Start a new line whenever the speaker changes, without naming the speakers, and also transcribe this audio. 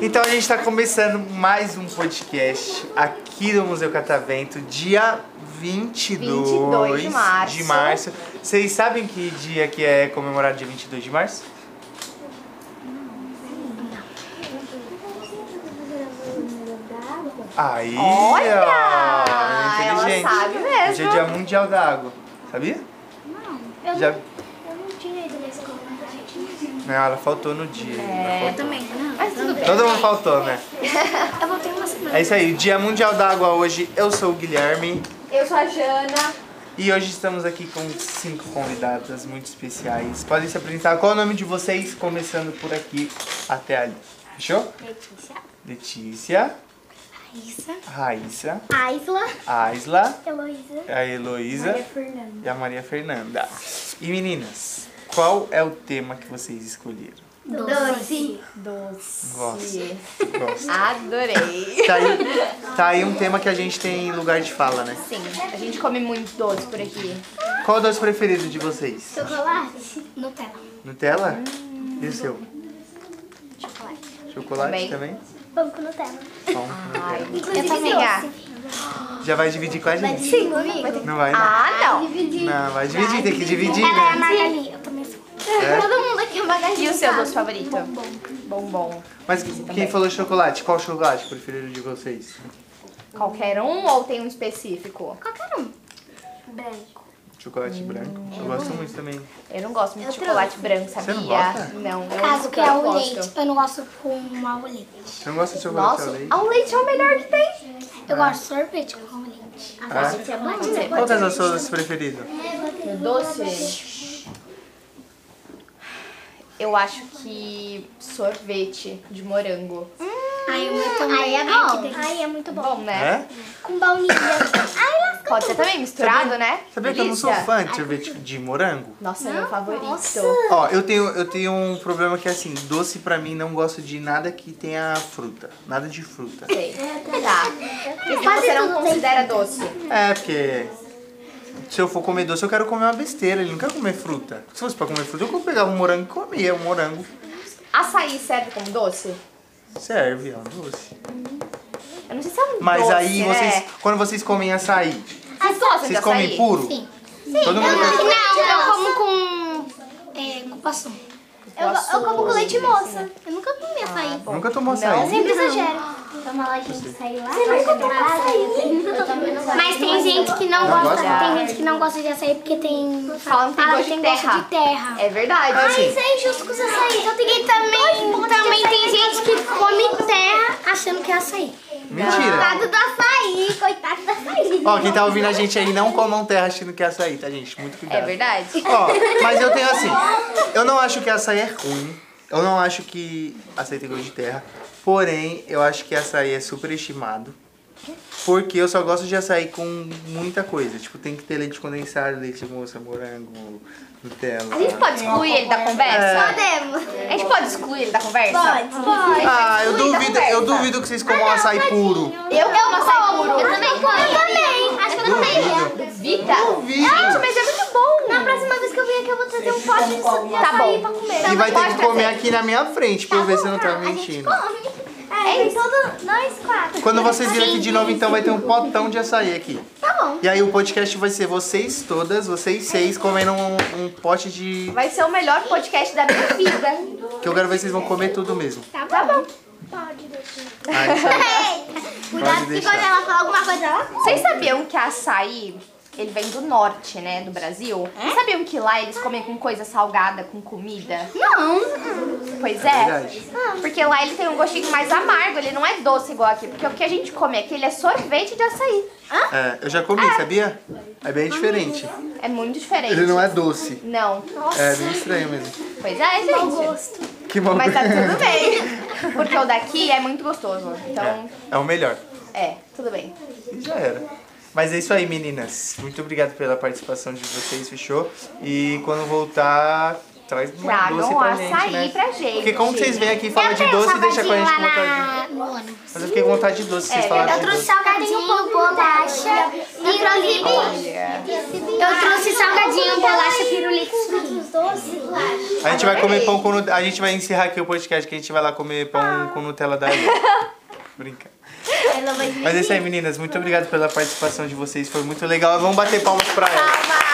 Então a gente está começando mais um podcast aqui no Museu Catavento, dia 22,
22 de março.
de março. Vocês sabem que dia que é comemorado dia 22 de março? Aí, ó,
Olha! Ela
inteligente.
sabe mesmo.
Hoje é dia mundial da água, sabia?
Eu,
Já...
não, eu não tinha ido na escola, né, gente?
Não, ela faltou no
É,
dia. ela faltou.
Também, não.
Mas tudo bem.
Todo mundo faltou, né?
Eu voltei uma semana.
É isso aí, Dia Mundial da Água hoje. Eu sou o Guilherme
Eu sou a Jana.
e hoje estamos aqui com cinco convidadas muito especiais. Podem se apresentar. Qual é o nome de vocês? Começando por aqui até ali. Fechou?
Letícia.
Letícia,
Raíssa.
Raíssa,
Aisla.
Aisla,
é Heloísa.
a Heloísa
Fernanda.
e a Maria Fernanda. E meninas, qual é o tema que vocês escolheram?
Doce.
Gosto. Gosto.
Adorei.
Tá aí, tá aí um tema que a gente tem lugar de fala, né?
Sim, a gente come muito doce por aqui.
Qual o doce preferido de vocês?
Chocolate. Nutella.
Nutella? E o seu?
Chocolate.
Chocolate também?
Pão com Nutella.
Bom,
Ai,
Nutella.
eu também acho.
Já vai dividir com a gente?
Sim, comigo.
Não vai, não.
Ah, não.
Não, vai dividir, tem que dividir,
Ela é a
né?
Magali. Eu também sou.
É.
Todo mundo aqui é Magali.
E o seu doce favorito? Bombom.
Mas quem falou chocolate? Qual chocolate preferido de vocês?
Qualquer um ou tem um específico?
Qualquer um. Branco.
Chocolate branco? Eu gosto muito também.
Eu não gosto muito de chocolate branco, sabia?
Você não gosta?
Não, eu
Caso que
eu
é o
gosto.
leite. Eu não gosto com ao leite.
Você não gosta de chocolate
Nossa,
ao leite?
o leite é o melhor que tem.
Eu gosto de sorvete com ao leite.
É?
Pode ser.
Qual que é o seu doce preferido?
Meu doce. Eu acho que sorvete de morango.
Ai, o meu também. Ai, é bom. Ai, é muito
Bom, né?
É?
Com baunilha. Ai, lascou.
Pode ser também misturado, né?
Sabia que eu não sou
Delícia.
fã de sorvete de morango?
Nossa, meu favorito.
Ó, eu tenho, eu tenho um problema que é assim, doce pra mim não gosto de nada que tenha fruta. Nada de fruta.
Sei. Tá. E se
é Quase
você não
tudo tem
considera doce?
É, porque se eu for comer doce, eu quero comer uma besteira, ele não quer comer fruta. Se fosse pra comer fruta, eu pegava um morango e comia um morango.
Açaí serve como doce?
Serve, é um doce.
Eu não sei se é um
Mas
doce,
aí,
né?
vocês, quando vocês comem açaí,
Vocês gostam de
vocês comem
açaí?
puro?
Sim.
Todo mundo
Não,
gosta.
eu como com. É, com passum. Eu,
Cupuaçu,
eu como com leite
assim.
moça. Eu nunca comi açaí.
bom.
Nunca tomou
Não.
açaí?
Eu sempre exagero. Ah. Toma lá, gente, sair lá. Você nunca tomou açaí? Mas tem gente que não,
Não
gosta,
gosta?
Tem gente que não gosta de açaí porque tem.
Falam que tem gosto de terra.
gosto de terra.
É verdade.
isso é injusto com os açaí. E também, também tem gente que come terra achando que é açaí.
Mentira.
Tá
do açaí, coitado do açaí.
Ó, quem tá ouvindo a gente aí, não comam terra achando que é açaí, tá, gente? Muito
É
cuidado.
verdade.
Ó, mas eu tenho assim, eu não acho que açaí é ruim, eu não acho que açaí tem gosto de terra, porém, eu acho que açaí é superestimado, porque eu só gosto de açaí com muita coisa, tipo, tem que ter leite condensado, leite moça, morango, Nutella.
A gente pode excluir ele da conversa?
É.
Podemos.
A gente pode excluir ele da conversa?
pode.
Ah, eu duvido, eu duvido que vocês comam açaí puro.
Eu como açaí puro.
Eu também como. Eu também. Acho que eu não tenho.
Vida.
Duvido.
Gente, mas é muito bom.
Na próxima vez que eu vim aqui, eu vou trazer um pote de suco de
Tá
açaí
bom.
pra comer.
E vai ter que
Pode
comer aqui na minha frente, pra eu ver se eu não tá
A gente
mentindo.
come. É, isso. Todo, nós quatro.
Quando vocês virem aqui de novo, então vai ter um potão de açaí aqui.
Tá bom.
E aí o podcast vai ser vocês todas, vocês seis, comendo um, um pote de.
Vai ser o melhor podcast da minha vida.
Que eu quero ver se vocês vão comer tudo mesmo.
Tá bom.
Ah, isso aí.
Cuidado se
deixar.
quando ela falar alguma coisa, ela...
Vocês sabiam que açaí, ele vem do norte, né, do Brasil? Vocês sabiam que lá eles comem com coisa salgada, com comida?
Hum,
Não. Pois é.
verdade.
Porque lá ele tem um gostinho mais amargo, ele não é doce igual aqui. Porque o que a gente come aqui, ele é sorvete de açaí.
É, eu já comi, sabia? É bem diferente.
É muito diferente.
Ele não é doce.
Não.
É bem estranho mesmo.
Pois é, gente.
Que mal.
Mas tá tudo bem. Porque o daqui é muito gostoso. Então,
É o melhor.
é, tudo bem.
E já era. Mas é isso aí, meninas. Muito obrigado pela participação de vocês, fechou? E quando voltar, Traz um doce
Tragam
pra
açaí
gente, né?
pra gente.
Porque como vocês vêm aqui e falam de
tenho
doce, deixa com a gente com
salgadinho
vontade.
lá na- no ônibus.
Mas eu fiquei com vontade de doce, vocês
É,
falaram
eu
Eu
de
trouxe
doce.
salgadinho, bolacha, pirulito.
Olha.
Eu trouxe salgadinho, bolacha, pirulito. suíno.
A gente vai comer
Adorei.
pão com Nutella. A gente vai encerrar aqui o podcast que a gente vai lá comer pão com Nutella da Ilha. Brinca. Mas é isso aí, meninas. Muito obrigado pela participação de vocês. Foi muito legal. Vamos bater palmas pra ela.
Palmas.